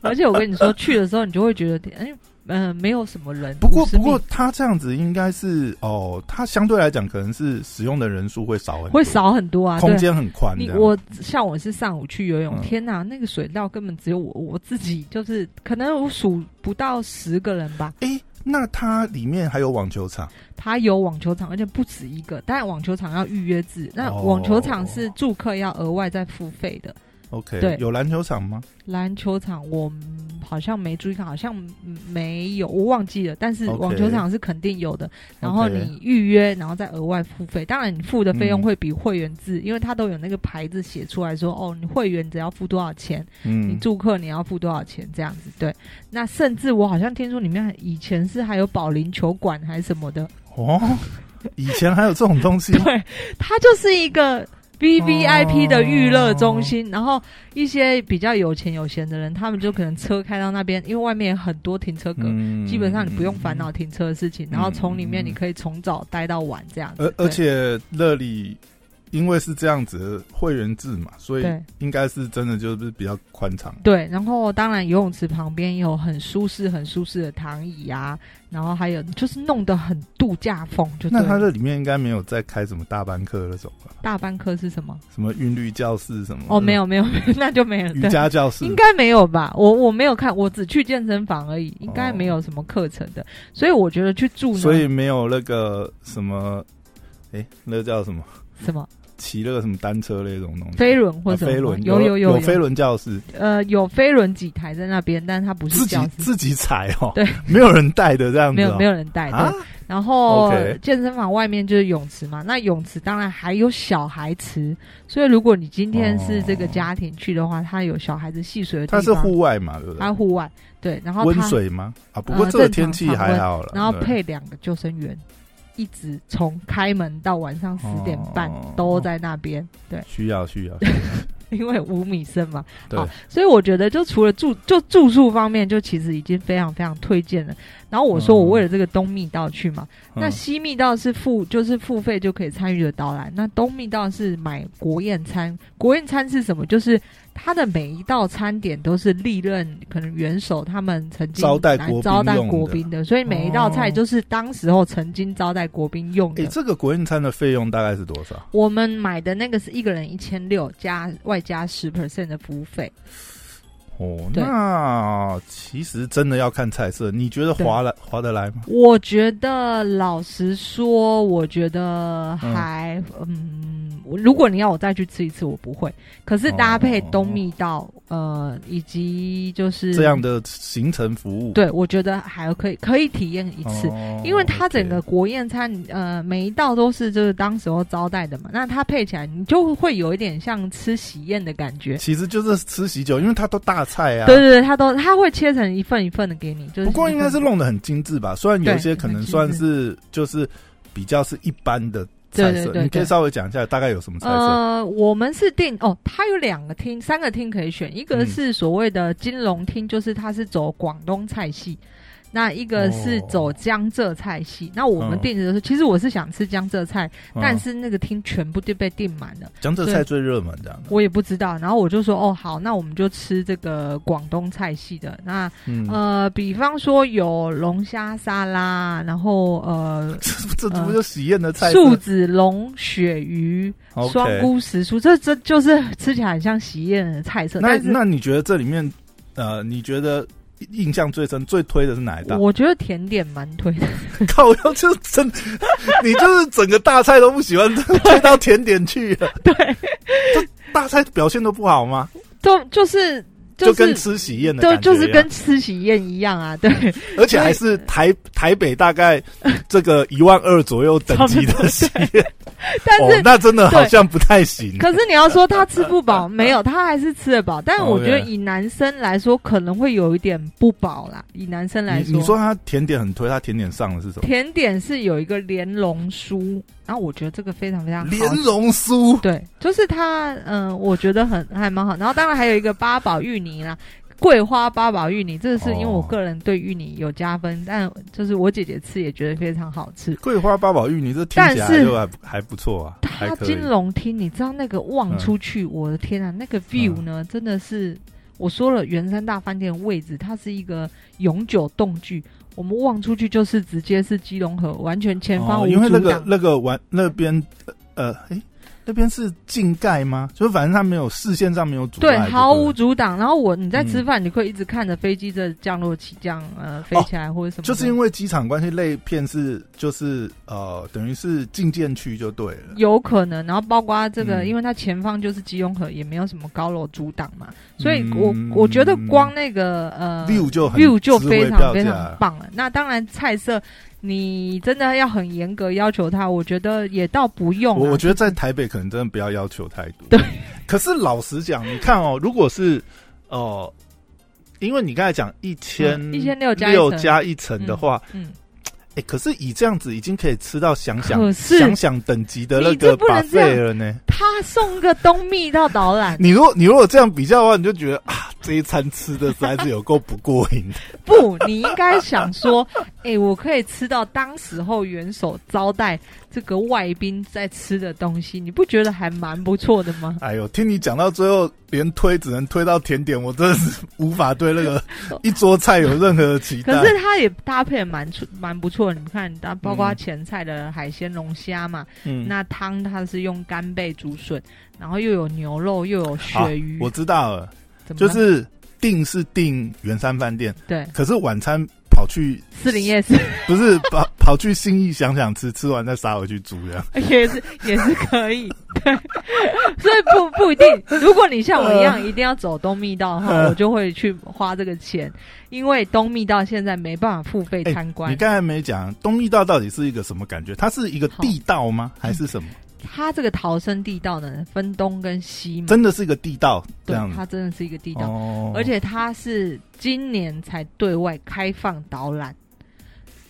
[SPEAKER 2] 而且我跟你说，去的时候你就会觉得，哎、嗯、没有什么人。
[SPEAKER 3] 呃不过
[SPEAKER 2] 50
[SPEAKER 3] 不
[SPEAKER 2] 米
[SPEAKER 3] 过他这样子应该是哦，他相对来讲可能是使用的人数会少很多，
[SPEAKER 2] 会少很多啊，对
[SPEAKER 3] 空间很宽这
[SPEAKER 2] 你
[SPEAKER 3] 样。
[SPEAKER 2] 我像我是上午去游泳，
[SPEAKER 3] 嗯
[SPEAKER 2] 天哪，那个水道根本只有我我自己，就是可能我数不到十个人吧。
[SPEAKER 3] 哎、那它里面还有网球场，
[SPEAKER 2] 他有网球场，而且不止一个，当然网球场要预约制，那
[SPEAKER 3] 哦
[SPEAKER 2] 网球场是住客要额外再付费的。
[SPEAKER 3] OK，
[SPEAKER 2] 对
[SPEAKER 3] 有篮球场吗？
[SPEAKER 2] 篮球场我嗯好像没注意看，好像嗯没有，我忘记了。但是
[SPEAKER 3] OK
[SPEAKER 2] 网球场是肯定有的，然后
[SPEAKER 3] OK
[SPEAKER 2] 你预约，然后再额外付费。当然，你付的费用
[SPEAKER 3] 嗯
[SPEAKER 2] 会比会员制，因为它都有那个牌子写出来说，哦，你会员只要付多少钱。你
[SPEAKER 3] 嗯，
[SPEAKER 2] 住客你要付多少钱这样子？对，那甚至我好像听说里面还以前是还有保龄球馆还是什么的，
[SPEAKER 3] 哦，以前还有这种东西 吗，
[SPEAKER 2] 对，它就是一个 V V I P
[SPEAKER 3] 哦
[SPEAKER 2] 的娱乐中心。然后一些比较有钱有闲的人，他们就可能车开到那边，因为外面很多停车格，
[SPEAKER 3] 嗯
[SPEAKER 2] 基本上你不用烦恼。停车的事情，然后从里面
[SPEAKER 3] 嗯
[SPEAKER 2] 你可以从早待到晚这样子。
[SPEAKER 3] 而而
[SPEAKER 2] 对
[SPEAKER 3] 且乐里因为是这样子的会员制嘛，所以
[SPEAKER 2] 对
[SPEAKER 3] 应该是真的就是比较宽敞。
[SPEAKER 2] 对，然后当然游泳池旁边也有很舒适、很舒适的躺椅啊，然后还有就是弄得很度假风，就
[SPEAKER 3] 那
[SPEAKER 2] 对
[SPEAKER 3] 它
[SPEAKER 2] 了
[SPEAKER 3] 这里面应该没有在开什么大班课那种吧？
[SPEAKER 2] 大班课是什么？
[SPEAKER 3] 什么韵律教室什么？
[SPEAKER 2] 哦，没有没有， 没有那就没了。
[SPEAKER 3] 嗯瑜
[SPEAKER 2] 对，
[SPEAKER 3] 伽教室
[SPEAKER 2] 应。该没有吧？我我没有看，我只去健身房而已，应该
[SPEAKER 3] 哦
[SPEAKER 2] 没有什么课程的。所以我觉得去住呢，
[SPEAKER 3] 所以没有那个什么，哎、那叫什么？
[SPEAKER 2] 什么
[SPEAKER 3] 骑那个什么单车那种东西？
[SPEAKER 2] 飞轮或
[SPEAKER 3] 啊
[SPEAKER 2] 什么吗、
[SPEAKER 3] 飞轮
[SPEAKER 2] 有
[SPEAKER 3] 有
[SPEAKER 2] 有
[SPEAKER 3] 飞轮教室，
[SPEAKER 2] 呃有飞轮几台在那边，但它不是
[SPEAKER 3] 自己
[SPEAKER 2] 教室，
[SPEAKER 3] 自己踩哦，
[SPEAKER 2] 对，
[SPEAKER 3] 没有人带的这样子、哦，
[SPEAKER 2] 没有没有人带
[SPEAKER 3] 啊
[SPEAKER 2] 的。，然后
[SPEAKER 3] OK
[SPEAKER 2] 健身房外面就是泳池嘛，那泳池当然还有小孩池，所以如果你今天是这个家庭去的话，它有小孩子戏水的地
[SPEAKER 3] 哦它
[SPEAKER 2] 方，
[SPEAKER 3] 是户外嘛，对不
[SPEAKER 2] 它
[SPEAKER 3] 对？
[SPEAKER 2] 户外对，啊然后
[SPEAKER 3] 温
[SPEAKER 2] 它
[SPEAKER 3] 水吗？啊，不过
[SPEAKER 2] 呃
[SPEAKER 3] 这个
[SPEAKER 2] 正
[SPEAKER 3] 天
[SPEAKER 2] 常
[SPEAKER 3] 气
[SPEAKER 2] 常
[SPEAKER 3] 还
[SPEAKER 2] 温
[SPEAKER 3] 好了，
[SPEAKER 2] 然后
[SPEAKER 3] 对
[SPEAKER 2] 配两个救生员，一直从开门到晚上十点半
[SPEAKER 3] 哦
[SPEAKER 2] 都在那边，对，
[SPEAKER 3] 需要需要，
[SPEAKER 2] 因为五米深嘛。
[SPEAKER 3] 对
[SPEAKER 2] 好，所以我觉得就除了住就住宿方面，就其实已经非常非常推荐了。然后我说我为了这个东密道去嘛，那
[SPEAKER 3] 嗯
[SPEAKER 2] 西密道是付就是付费就可以参与的导览，那东密道是买国宴餐。国宴餐是什么？就是它的每一道餐点都是历任可能元首他们曾经
[SPEAKER 3] 招待
[SPEAKER 2] 来
[SPEAKER 3] 国宾
[SPEAKER 2] 招待
[SPEAKER 3] 用的
[SPEAKER 2] 国宾的，所以每一道菜
[SPEAKER 3] 哦
[SPEAKER 2] 就是当时候曾经招待国宾用的。
[SPEAKER 3] 诶，这个国宴餐的费用大概是多少？
[SPEAKER 2] 我们买的那个是一个人一千六加外加十 percent 的服务费，
[SPEAKER 3] 哦，
[SPEAKER 2] 对
[SPEAKER 3] 那其实真的要看菜色，你觉得划来划得来吗？
[SPEAKER 2] 我觉得老实说，我觉得还嗯我如果你要我再去吃一次，我不会。可是搭配东密道，呃，以及就是
[SPEAKER 3] 这样，的行程服务，
[SPEAKER 2] 对我觉得还可以，可以体验一
[SPEAKER 3] 哦，
[SPEAKER 2] 次。因为它
[SPEAKER 3] OK
[SPEAKER 2] 整个国宴餐，呃，每一道都是就是当时候招待的嘛，那它配起来，你就会有一点像吃喜宴的感觉。
[SPEAKER 3] 其实就是吃喜酒，因为它都大菜啊，
[SPEAKER 2] 对对对，它都它会切成一份一份的给你，就是
[SPEAKER 3] 不过
[SPEAKER 2] 一
[SPEAKER 3] 应该
[SPEAKER 2] 份
[SPEAKER 3] 是弄得很精致吧，虽然有一些可能算是就是比较是一般的菜
[SPEAKER 2] 对对
[SPEAKER 3] 色，
[SPEAKER 2] 对
[SPEAKER 3] 你可
[SPEAKER 2] 对
[SPEAKER 3] 以稍微讲一下大概有什么菜色。
[SPEAKER 2] 呃，我们是定哦，它有两个厅，三个厅可以选，一个
[SPEAKER 3] 嗯
[SPEAKER 2] 是所谓的金龙厅，就是它是走广东菜系。那一个是走江浙菜系。那我们
[SPEAKER 3] 嗯
[SPEAKER 2] 订的时候，其实我是想吃江浙菜，
[SPEAKER 3] 嗯
[SPEAKER 2] 但是那个厅全部就被订满了，
[SPEAKER 3] 江浙菜最热门这样的，
[SPEAKER 2] 我也不知道。然后我就说，哦，好，那我们就吃这个广东菜系的。那
[SPEAKER 3] 嗯，
[SPEAKER 2] 呃，比方说有龙虾沙拉，然后呃，
[SPEAKER 3] 这这不就喜宴的菜
[SPEAKER 2] 素子龙鳕鱼、
[SPEAKER 3] OK
[SPEAKER 2] 双菇时蔬，这这就是吃起来很像喜宴的菜色。
[SPEAKER 3] 那
[SPEAKER 2] 但是
[SPEAKER 3] 那你觉得这里面，呃，你觉得印象最深、最推的是哪一道？
[SPEAKER 2] 我觉得甜点蛮推的，
[SPEAKER 3] 靠，要就真， 你就是整个大菜都不喜欢， 推到甜点去 了。对，这大菜表现都不好吗？
[SPEAKER 2] 就就是
[SPEAKER 3] 就是跟吃喜宴的
[SPEAKER 2] 对，
[SPEAKER 3] 感觉
[SPEAKER 2] 就
[SPEAKER 3] 一样，哦
[SPEAKER 2] 是跟吃喜宴一样啊，对，
[SPEAKER 3] 而且还是台台北大概这个一万二左右等级的喜宴，
[SPEAKER 2] 但是。
[SPEAKER 3] 哦，那真的好像不太行。
[SPEAKER 2] 可是你要说他吃 不饱，没有，他还是吃得饱。但我觉得
[SPEAKER 3] 哦 OK
[SPEAKER 2] 以男生来说，可能会有一点不饱啦。以男生来
[SPEAKER 3] 你你说他甜点很推，他甜点上的是什么？
[SPEAKER 2] 甜点是有一个莲蓉酥，然后我觉得这个非常非常好
[SPEAKER 3] 莲蓉酥，
[SPEAKER 2] 对，就是它，嗯、我觉得很还蛮好。然后当然还有一个八宝芋泥啦，桂花八宝芋泥，这个是因为我
[SPEAKER 3] 哦
[SPEAKER 2] 个人对芋泥有加分，但就是我姐姐吃也觉得非常好吃。
[SPEAKER 3] 桂花八宝芋泥，这听起来
[SPEAKER 2] 但是
[SPEAKER 3] 就还不还不错啊，还
[SPEAKER 2] 它
[SPEAKER 3] 可以
[SPEAKER 2] 金。龙厅，你知道那个望
[SPEAKER 3] 嗯
[SPEAKER 2] 出去，我的天啊，那个 view 呢，真的是我说了，圆山大饭店的位置，它是一个永久动距。我们望出去就是直接是基隆河，完全前方
[SPEAKER 3] 哦
[SPEAKER 2] 无
[SPEAKER 3] 因为那
[SPEAKER 2] 阻
[SPEAKER 3] 个
[SPEAKER 2] 挡。
[SPEAKER 3] 那个玩那边呃，诶，那边是境盖吗？就反正它没有视线上没有阻碍，
[SPEAKER 2] 对，
[SPEAKER 3] 对不对，
[SPEAKER 2] 毫无阻挡。然后我你在吃
[SPEAKER 3] 嗯
[SPEAKER 2] 饭，你可以一直看着飞机的降落起降，呃，飞起来或者什么的。
[SPEAKER 3] 哦就是因为机场关系，类片是就是呃，等于是禁建区就对了。
[SPEAKER 2] 有可能，然后包括这个，
[SPEAKER 3] 嗯
[SPEAKER 2] 因为它前方就是基隆河，也没有什么高楼阻挡嘛，所以
[SPEAKER 3] 嗯
[SPEAKER 2] 我我觉得光那个呃
[SPEAKER 3] view 就很
[SPEAKER 2] view 就
[SPEAKER 3] 值回
[SPEAKER 2] 非
[SPEAKER 3] 票
[SPEAKER 2] 常非
[SPEAKER 3] 价
[SPEAKER 2] 常棒啊了。那当然菜色你真的要很严格要求它，我觉得也倒不用啊、
[SPEAKER 3] 我我觉
[SPEAKER 2] 得
[SPEAKER 3] 得在台北可能真的不要要求太多。
[SPEAKER 2] 对，
[SPEAKER 3] 可是老实讲，你看哦，如果是哦、呃，因为你刚才讲一千
[SPEAKER 2] 嗯1600加一
[SPEAKER 3] 六
[SPEAKER 2] 层
[SPEAKER 3] 加一层的话，
[SPEAKER 2] 嗯，
[SPEAKER 3] 哎、可是以这样子已经可以吃到想想
[SPEAKER 2] 可是
[SPEAKER 3] 想想等级的那
[SPEAKER 2] 你
[SPEAKER 3] 个
[SPEAKER 2] 这不
[SPEAKER 3] 把
[SPEAKER 2] 能这样
[SPEAKER 3] 费了呢。
[SPEAKER 2] 他送个冬蜜到 导览，
[SPEAKER 3] 你如果你如果这样比较的话，你就觉得啊，这一餐吃的实在是有够不过瘾的。
[SPEAKER 2] 不，你应该想说， 哎、我可以吃到当时候元首招待这个外宾在吃的东西，你不觉得还蛮不错的吗？
[SPEAKER 3] 哎呦，听你讲到最后，连推只能推到甜点，我真的是无法对那 个一桌菜有任何的期待。
[SPEAKER 2] 可是它也搭配得蛮出蛮不错的，你看，它包括
[SPEAKER 3] 嗯
[SPEAKER 2] 前菜的海鲜龙虾嘛，
[SPEAKER 3] 嗯
[SPEAKER 2] 那汤它是用干贝竹笋，然后又有牛肉又有
[SPEAKER 3] 好
[SPEAKER 2] 鳕鱼，
[SPEAKER 3] 啊
[SPEAKER 2] 嗯
[SPEAKER 3] 我知道了，
[SPEAKER 2] 怎么
[SPEAKER 3] 就
[SPEAKER 2] 了
[SPEAKER 3] 是订是订圆山饭店，
[SPEAKER 2] 对
[SPEAKER 3] 可是晚餐跑去
[SPEAKER 2] 四零夜市
[SPEAKER 3] 不 是跑跑去新义想想吃，吃完再杀回去煮这样。
[SPEAKER 2] 也是也是可以， 对，所以不不一定。如果你像我一样一定要走东密道的话，
[SPEAKER 3] 呃
[SPEAKER 2] 我就会去花这个钱，因为东密道现在没办法付费
[SPEAKER 3] 哎
[SPEAKER 2] 参观
[SPEAKER 3] 你，刚才没讲东密道到底是一个什么感觉？它是一个地道吗？还是什么？
[SPEAKER 2] 嗯它这个逃生地道呢分东跟西嘛，
[SPEAKER 3] 真的是一个地道这
[SPEAKER 2] 对
[SPEAKER 3] 样，
[SPEAKER 2] 它真的是一个地道。
[SPEAKER 3] 哦
[SPEAKER 2] 而且它是今年才对外开放导览。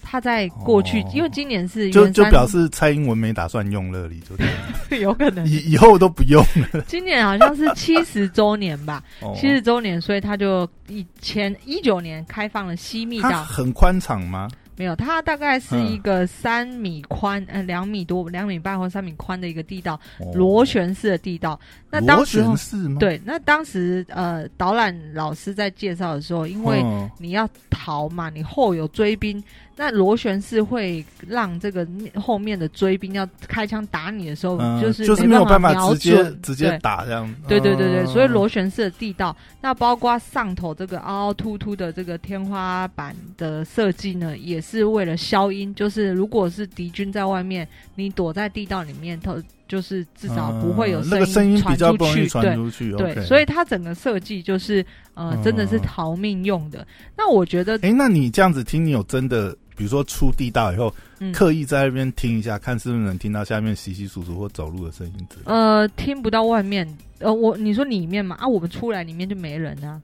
[SPEAKER 2] 它在过去，
[SPEAKER 3] 哦
[SPEAKER 2] 因为今年是
[SPEAKER 3] 就
[SPEAKER 2] 元
[SPEAKER 3] 就
[SPEAKER 2] 山
[SPEAKER 3] 表示蔡英文没打算用乐里，就对了
[SPEAKER 2] 有可能，
[SPEAKER 3] 以以后都不用。
[SPEAKER 2] 今年好像是七十周年吧，
[SPEAKER 3] 哦
[SPEAKER 2] 七十周年，所以它就以前一九年开放了西密
[SPEAKER 3] 它
[SPEAKER 2] 道，
[SPEAKER 3] 很宽敞吗？
[SPEAKER 2] 没有，它大概是一个三米宽，呃，两米多、两米半或三米宽的一个地道，
[SPEAKER 3] 嗯哦
[SPEAKER 2] 螺旋式的地道。那当
[SPEAKER 3] 螺
[SPEAKER 2] 时候
[SPEAKER 3] 旋式吗？
[SPEAKER 2] 对，那当时呃，导览老师在介绍的时候，因
[SPEAKER 3] 嗯，
[SPEAKER 2] 为你要逃嘛，你后有追兵，那螺旋是会让这个后面的追兵要开枪打你的时候，
[SPEAKER 3] 嗯
[SPEAKER 2] 哦就是
[SPEAKER 3] 就是
[SPEAKER 2] 没
[SPEAKER 3] 有办法
[SPEAKER 2] 法瞄
[SPEAKER 3] 直接
[SPEAKER 2] 准
[SPEAKER 3] 直接打这样。
[SPEAKER 2] 对对对对对，
[SPEAKER 3] 嗯
[SPEAKER 2] 所以螺旋式的地道，那包括上头这个凹凹凸凸的这个天花板的设计呢，也是为了消音，就是如果是敌军在外面，你躲在地道里面头。就是至少不会有
[SPEAKER 3] 嗯那个声音比
[SPEAKER 2] 传
[SPEAKER 3] 较
[SPEAKER 2] 出
[SPEAKER 3] 不容易
[SPEAKER 2] 去，对
[SPEAKER 3] 传出去。
[SPEAKER 2] 对
[SPEAKER 3] OK
[SPEAKER 2] 所以它整个设计就是呃，真的是
[SPEAKER 3] 嗯
[SPEAKER 2] 逃命用的。那我觉得，
[SPEAKER 3] 哎，那你这样子听，你有真的，比如说出地道以后，
[SPEAKER 2] 嗯，
[SPEAKER 3] 刻意在那边听一下，看是不是能听到下面稀稀疏疏或走路的声音之类的。
[SPEAKER 2] 呃，听不到外面，呃，我你说里面嘛，啊，我们出来里面就没人啊。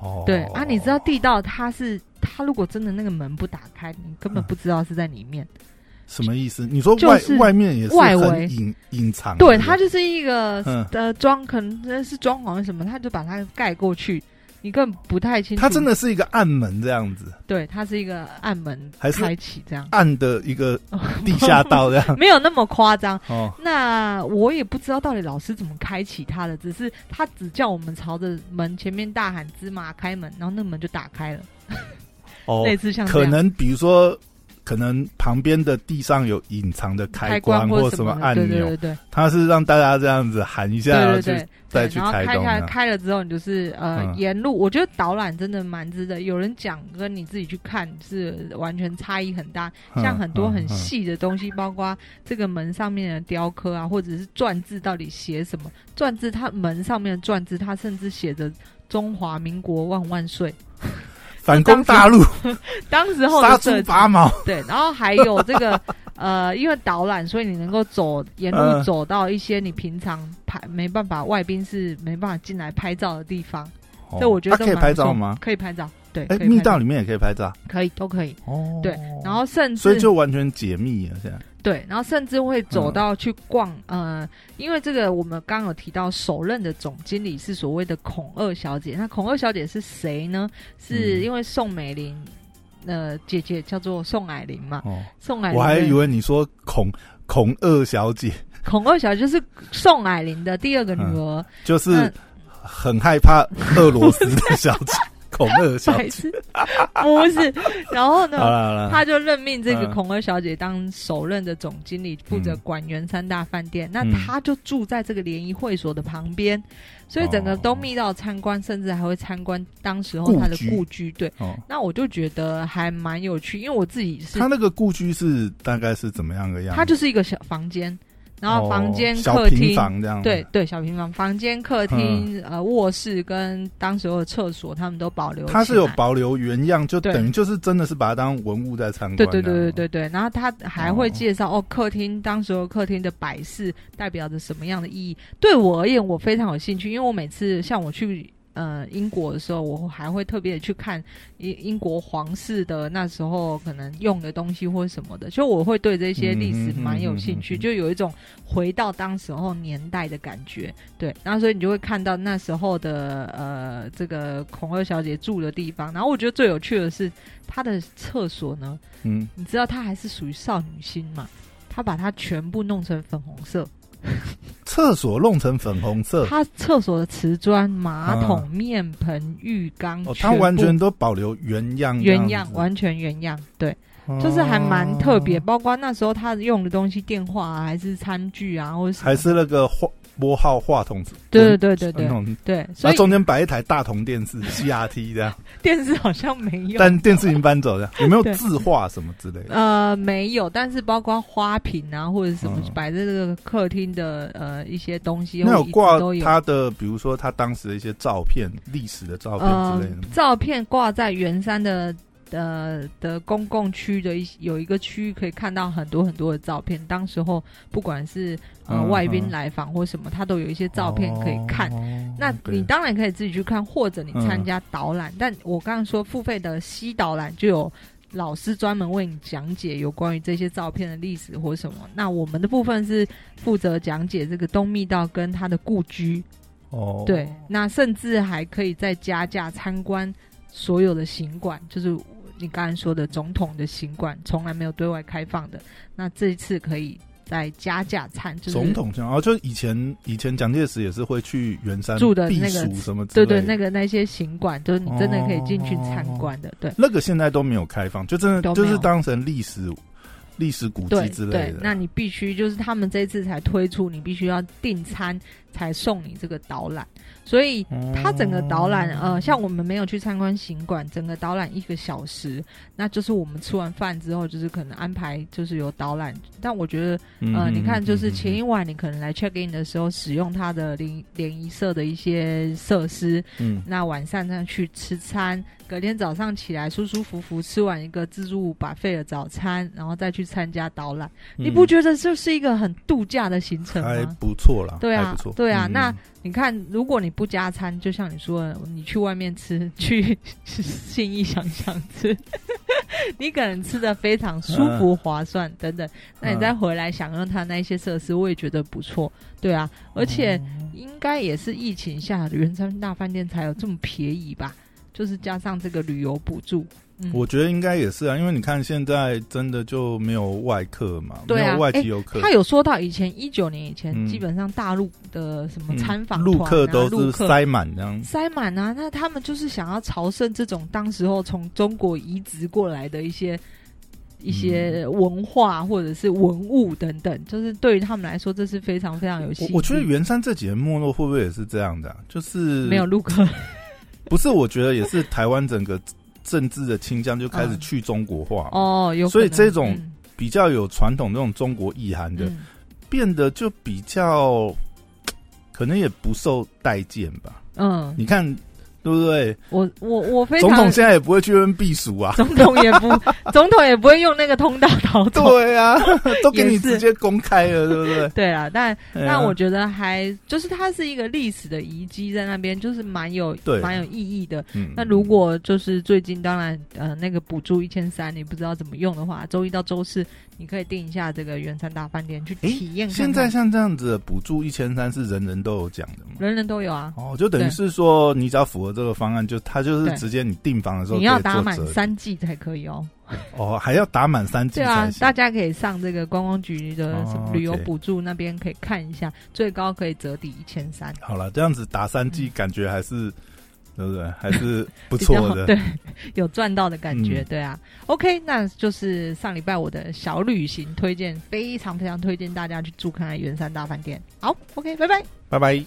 [SPEAKER 3] 哦，
[SPEAKER 2] 对啊，你知道地道它是它如果真的那个门不打开，你根
[SPEAKER 3] 嗯
[SPEAKER 2] 本不知道是在里面。
[SPEAKER 3] 什么意思？你说
[SPEAKER 2] 就
[SPEAKER 3] 外
[SPEAKER 2] 是
[SPEAKER 3] 外面也是
[SPEAKER 2] 外围
[SPEAKER 3] 很隐隐藏的，
[SPEAKER 2] 对，它就是一个
[SPEAKER 3] 嗯
[SPEAKER 2] 呃装，可能是装潢什么，它就把它盖过去。你根本不太清楚。
[SPEAKER 3] 它真的是一个暗门这样子，
[SPEAKER 2] 对，它是一个暗门
[SPEAKER 3] 还是嗯
[SPEAKER 2] 开启这样，
[SPEAKER 3] 暗的一个地下道 这样。
[SPEAKER 2] 没有那么夸张。
[SPEAKER 3] 哦，
[SPEAKER 2] 那我也不知道到底老师怎么开启它的，只是他只叫我们朝着门前面大喊“芝麻开门”，然后那门就打开了，
[SPEAKER 3] 哦，
[SPEAKER 2] 类似像这
[SPEAKER 3] 可
[SPEAKER 2] 样
[SPEAKER 3] 能比如说，可能旁边的地上有隐藏的
[SPEAKER 2] 开
[SPEAKER 3] 关
[SPEAKER 2] 或
[SPEAKER 3] 或
[SPEAKER 2] 者
[SPEAKER 3] 么
[SPEAKER 2] 的
[SPEAKER 3] 按
[SPEAKER 2] 对对
[SPEAKER 3] 钮，啊
[SPEAKER 2] 对对
[SPEAKER 3] 它是让大家这样子喊一下，
[SPEAKER 2] 对对
[SPEAKER 3] 然后去
[SPEAKER 2] 对。
[SPEAKER 3] 再
[SPEAKER 2] 对，
[SPEAKER 3] 去
[SPEAKER 2] 然后
[SPEAKER 3] 开
[SPEAKER 2] 开
[SPEAKER 3] 动
[SPEAKER 2] 开
[SPEAKER 3] 的
[SPEAKER 2] 开了之后，你就是呃、
[SPEAKER 3] 嗯
[SPEAKER 2] 沿路，我觉得导览真的蛮值得。有人讲跟你自己去看是完全差异很大，
[SPEAKER 3] 嗯
[SPEAKER 2] 像很多
[SPEAKER 3] 嗯
[SPEAKER 2] 很
[SPEAKER 3] 嗯
[SPEAKER 2] 细的东西，包括这个门上面的雕刻啊，或者是篆字到底写什么，篆字它门上面的篆字，它甚至写着“中华民国万万岁
[SPEAKER 3] 嗯反攻大 陆，”。
[SPEAKER 2] 当时候
[SPEAKER 3] 杀
[SPEAKER 2] 的
[SPEAKER 3] 猪
[SPEAKER 2] 设计
[SPEAKER 3] 拔毛，
[SPEAKER 2] 对，然后还有这个呃，因为导览，所以你能够走沿路
[SPEAKER 3] 嗯
[SPEAKER 2] 走到一些你平常拍没办法，外宾是没办法进来拍照的地方。
[SPEAKER 3] 哦
[SPEAKER 2] 这我觉得
[SPEAKER 3] 它
[SPEAKER 2] 都
[SPEAKER 3] 可以
[SPEAKER 2] 蛮
[SPEAKER 3] 拍
[SPEAKER 2] 不错
[SPEAKER 3] 照吗？
[SPEAKER 2] 可以拍照，对，
[SPEAKER 3] 哎，
[SPEAKER 2] 可以
[SPEAKER 3] 密
[SPEAKER 2] 拍照
[SPEAKER 3] 道里面也可以拍照
[SPEAKER 2] 可以都可以。
[SPEAKER 3] 哦。
[SPEAKER 2] 对，然后甚
[SPEAKER 3] 所以
[SPEAKER 2] 至
[SPEAKER 3] 就嗯完全解密了，现在
[SPEAKER 2] 对，然后甚至会走到去逛、呃，因为这个我们刚刚有提到，首任的总经理是所谓的孔二小姐。那孔二小姐是谁呢？是
[SPEAKER 3] 嗯
[SPEAKER 2] 因为宋美龄。呃，姐姐叫做宋霭龄嘛，
[SPEAKER 3] 哦，
[SPEAKER 2] 宋霭龄
[SPEAKER 3] 我还
[SPEAKER 2] 的
[SPEAKER 3] 以为你说孔孔二小姐
[SPEAKER 2] 孔二小姐就是宋霭龄的第二个女儿，
[SPEAKER 3] 就是
[SPEAKER 2] 嗯
[SPEAKER 3] 很害怕俄罗斯的小姐， 孔二 小
[SPEAKER 2] 白
[SPEAKER 3] 姐。
[SPEAKER 2] 痴，不是。然后
[SPEAKER 3] 好了
[SPEAKER 2] 呢，
[SPEAKER 3] 好了，
[SPEAKER 2] 他就任命这个
[SPEAKER 3] 嗯
[SPEAKER 2] 孔二小姐当首任的总经理，负责管员三大饭店。那
[SPEAKER 3] 嗯
[SPEAKER 2] 他就住在这个联谊会所的旁边，所以整个
[SPEAKER 3] 哦
[SPEAKER 2] 东密道参观，甚至还会参观当时候
[SPEAKER 3] 故
[SPEAKER 2] 他的
[SPEAKER 3] 居
[SPEAKER 2] 故居。对，
[SPEAKER 3] 哦，
[SPEAKER 2] 那我就觉得还蛮有趣，因为我自己是
[SPEAKER 3] 他那个故居是大概是怎么样的样子？
[SPEAKER 2] 它就是一个小房间，然后房间、
[SPEAKER 3] 哦小
[SPEAKER 2] 客
[SPEAKER 3] 平
[SPEAKER 2] 厅、
[SPEAKER 3] 房这嗯样。
[SPEAKER 2] 对，对，小平房、房间、客厅、呃卧室跟当时候的厕所，他们都保留。
[SPEAKER 3] 它是有。保留原样，就
[SPEAKER 2] 对
[SPEAKER 3] 等于就是真的是把它当文物在参观。
[SPEAKER 2] 对对对对。对对，然后他还会
[SPEAKER 3] 哦
[SPEAKER 2] 介绍哦客厅当时候客厅的摆饰代表着什么样的意义。对我而言，我非常有兴趣，因为我每次像我去呃英国的时候，我还会特别地去看英英国皇室的那时候可能用的东西或什么的，就我会对这些历史
[SPEAKER 3] 嗯嗯嗯
[SPEAKER 2] 蛮有
[SPEAKER 3] 嗯
[SPEAKER 2] 兴趣，
[SPEAKER 3] 嗯嗯
[SPEAKER 2] 就有一种回到当时候年代的感觉。对，然后所以你就会看到那时候的呃，这个孔二小姐住的地方。然后我觉得最有趣的是她的厕所呢，
[SPEAKER 3] 嗯，
[SPEAKER 2] 你知道她还是属于少女心嘛，她把它全部弄成粉红色，
[SPEAKER 3] 厕所弄成粉红色，
[SPEAKER 2] 她厕所的瓷砖、马桶、面盆、浴缸，
[SPEAKER 3] 啊哦，它
[SPEAKER 2] 全部
[SPEAKER 3] 完全都保留原样这子，
[SPEAKER 2] 原样，完全原样，对。
[SPEAKER 3] 哦
[SPEAKER 2] 就是还蛮特别，，包括那时候他用的东西，电话啊，还是餐具啊，或者什么
[SPEAKER 3] 还是那个话拨号话筒子。
[SPEAKER 2] 对对对对
[SPEAKER 3] 那
[SPEAKER 2] 对
[SPEAKER 3] 种
[SPEAKER 2] 对，所
[SPEAKER 3] 然
[SPEAKER 2] 以
[SPEAKER 3] 后中间摆一台大同电视 CRT 这样，
[SPEAKER 2] 电视好像没 有，
[SPEAKER 3] 但电视已经搬走了，有没有
[SPEAKER 2] 对
[SPEAKER 3] 字画什么之类的？
[SPEAKER 2] 呃，没有，但是包括花瓶啊，或者什么
[SPEAKER 3] 嗯
[SPEAKER 2] 摆在这个客厅的呃一些东西，
[SPEAKER 3] 那
[SPEAKER 2] 或
[SPEAKER 3] 有
[SPEAKER 2] 椅子
[SPEAKER 3] 挂
[SPEAKER 2] 都有。
[SPEAKER 3] 他的，比如说他当时的一些照片、历史的照片
[SPEAKER 2] 呃
[SPEAKER 3] 之类的吗，
[SPEAKER 2] 照片挂在圆山的呃的公共区的一有一个区域可以看到很多很多的照片。当时候不管是呃、
[SPEAKER 3] 嗯
[SPEAKER 2] 外
[SPEAKER 3] 嗯
[SPEAKER 2] 宾来访或什么，他都有一些照片可以看。
[SPEAKER 3] 哦。
[SPEAKER 2] 那
[SPEAKER 3] OK
[SPEAKER 2] 你当然可以自己去看，或者你参加导览。但我刚刚说付费的西导览就有老师专门为你讲解有关于这些照片的历史或什么。那我们的部分是负责讲解这个东密道跟它的故居，
[SPEAKER 3] 哦，
[SPEAKER 2] 对，那甚至还可以再加价参观所有的行馆，就是你刚才说的总统的行馆，从来没有对外开放的。那这一次可以再加价参，就是
[SPEAKER 3] 总统像哦，就是以前以前蒋介石也是会去圆山
[SPEAKER 2] 住的
[SPEAKER 3] 避
[SPEAKER 2] 那个
[SPEAKER 3] 暑什么之
[SPEAKER 2] 对
[SPEAKER 3] 类的，
[SPEAKER 2] 对，那个那些行馆，就是你真的可以进去参观的，对。
[SPEAKER 3] 那个现在都没有开放，就真的
[SPEAKER 2] 都没
[SPEAKER 3] 就
[SPEAKER 2] 有
[SPEAKER 3] 是当成历史历史古迹
[SPEAKER 2] 对
[SPEAKER 3] 之类
[SPEAKER 2] 对，
[SPEAKER 3] 的。
[SPEAKER 2] 那你必须就是他们这一次才推出，你必须要订餐才送你这个导览，所以它整个导
[SPEAKER 3] 哦
[SPEAKER 2] 览，呃，像我们没有去参观行馆，整个导览一个小时，那就是我们吃完饭之后，就是可能安排就是有导览，但我觉得，呃，
[SPEAKER 3] 嗯
[SPEAKER 2] 你看，就是
[SPEAKER 3] 嗯
[SPEAKER 2] 前一晚你可能来 check in 的时候，使用它的联联谊社的一些设施，
[SPEAKER 3] 嗯
[SPEAKER 2] 那晚上再去吃餐，隔天早上起来舒舒服服吃完一个自助把费的早餐，然后再去参加导览，你不觉得这是一个很度假的行程
[SPEAKER 3] 嗯还
[SPEAKER 2] 吗？
[SPEAKER 3] 不错啦，
[SPEAKER 2] 对
[SPEAKER 3] 还
[SPEAKER 2] 啊
[SPEAKER 3] 不错，，
[SPEAKER 2] 对啊。
[SPEAKER 3] 嗯
[SPEAKER 2] 那你看，如果你不加餐，就像你说的，你去外面吃， 去信义想想吃， 你可能吃的非常舒服、
[SPEAKER 3] 嗯
[SPEAKER 2] 划算等等。那你再回来享用它那一些设施，我也觉得不错，对啊。而且
[SPEAKER 3] 哦
[SPEAKER 2] 应该也是疫情下圆山大饭店才有这么便宜吧？就是加上这个旅游补助，嗯
[SPEAKER 3] 我觉得应该也是啊，因为你看现在真的就没有外客嘛，
[SPEAKER 2] 对啊
[SPEAKER 3] 没有外籍游客，
[SPEAKER 2] 他有说到以前一九年以前，
[SPEAKER 3] 嗯
[SPEAKER 2] 基本上大陆的什么
[SPEAKER 3] 嗯
[SPEAKER 2] 参访、团
[SPEAKER 3] 陆
[SPEAKER 2] 啊
[SPEAKER 3] 客都
[SPEAKER 2] 陆
[SPEAKER 3] 是
[SPEAKER 2] 客
[SPEAKER 3] 塞满这样。
[SPEAKER 2] 塞满啊，那他们就是想要朝圣这种当时候从中国移植过来的一些一
[SPEAKER 3] 嗯
[SPEAKER 2] 些文化或者是文物等等，就是对于他们来说，这是非常非常有吸
[SPEAKER 3] 我
[SPEAKER 2] 引力。
[SPEAKER 3] 我觉得圆山这几年没落会不会也是这样的啊、就是
[SPEAKER 2] 没有 陆客，
[SPEAKER 3] 不是，我觉得也是台湾整个政治的倾向就开始去中国化，
[SPEAKER 2] 哦，有可能
[SPEAKER 3] 所以这种
[SPEAKER 2] 嗯
[SPEAKER 3] 比较有传统那种中国意涵的，
[SPEAKER 2] 嗯
[SPEAKER 3] 变得就比较可能也不受待见吧。
[SPEAKER 2] 嗯，
[SPEAKER 3] 你看，对不对？
[SPEAKER 2] 我我我非
[SPEAKER 3] 总统
[SPEAKER 2] 常。
[SPEAKER 3] 现在也不会去那边避暑啊。
[SPEAKER 2] 总统也 不，总统也不会用那个通道逃走。
[SPEAKER 3] 对 啊，都给你
[SPEAKER 2] 也是
[SPEAKER 3] 直接公开了，对不对？
[SPEAKER 2] 对啦，但
[SPEAKER 3] 哎呀
[SPEAKER 2] 但我觉得还就是它是一个历史的遗迹在那边，就是蛮有
[SPEAKER 3] 对
[SPEAKER 2] 蛮有意义的。
[SPEAKER 3] 嗯
[SPEAKER 2] 那如果就是最近当然呃那个补助一千三，你不知道怎么用的话，周一到周四你可以订一下这个圆山大饭店去
[SPEAKER 3] 诶
[SPEAKER 2] 体验看
[SPEAKER 3] 现
[SPEAKER 2] 看。
[SPEAKER 3] 在像这样子的补助一千三是人人都有奖的嘛？
[SPEAKER 2] 人人都有啊，
[SPEAKER 3] 哦，就等于
[SPEAKER 2] 对
[SPEAKER 3] 是说，你只要符合这个方案，就他就是
[SPEAKER 2] 对
[SPEAKER 3] 直接你订房的时候
[SPEAKER 2] 你要
[SPEAKER 3] 可以做
[SPEAKER 2] 打满
[SPEAKER 3] 折
[SPEAKER 2] 三季才可以哦。
[SPEAKER 3] 哦，还要打满三季
[SPEAKER 2] 对啊
[SPEAKER 3] 才，行
[SPEAKER 2] 大家可以上这个观光局的
[SPEAKER 3] 哦
[SPEAKER 2] 什么旅游
[SPEAKER 3] OK
[SPEAKER 2] 补助那边可以看一下，最高可以折抵一千三，
[SPEAKER 3] 好了，这样子打三季，
[SPEAKER 2] 嗯
[SPEAKER 3] 感觉还是、对不对？还是不
[SPEAKER 2] 比较
[SPEAKER 3] 错
[SPEAKER 2] 好
[SPEAKER 3] 的。
[SPEAKER 2] 对，有赚到的感觉，
[SPEAKER 3] 嗯
[SPEAKER 2] 对啊。OK，那就是上礼拜我的小旅行推荐，非常非常推荐大家去住看看圆山大饭店。好，OK，拜拜。
[SPEAKER 3] 拜拜。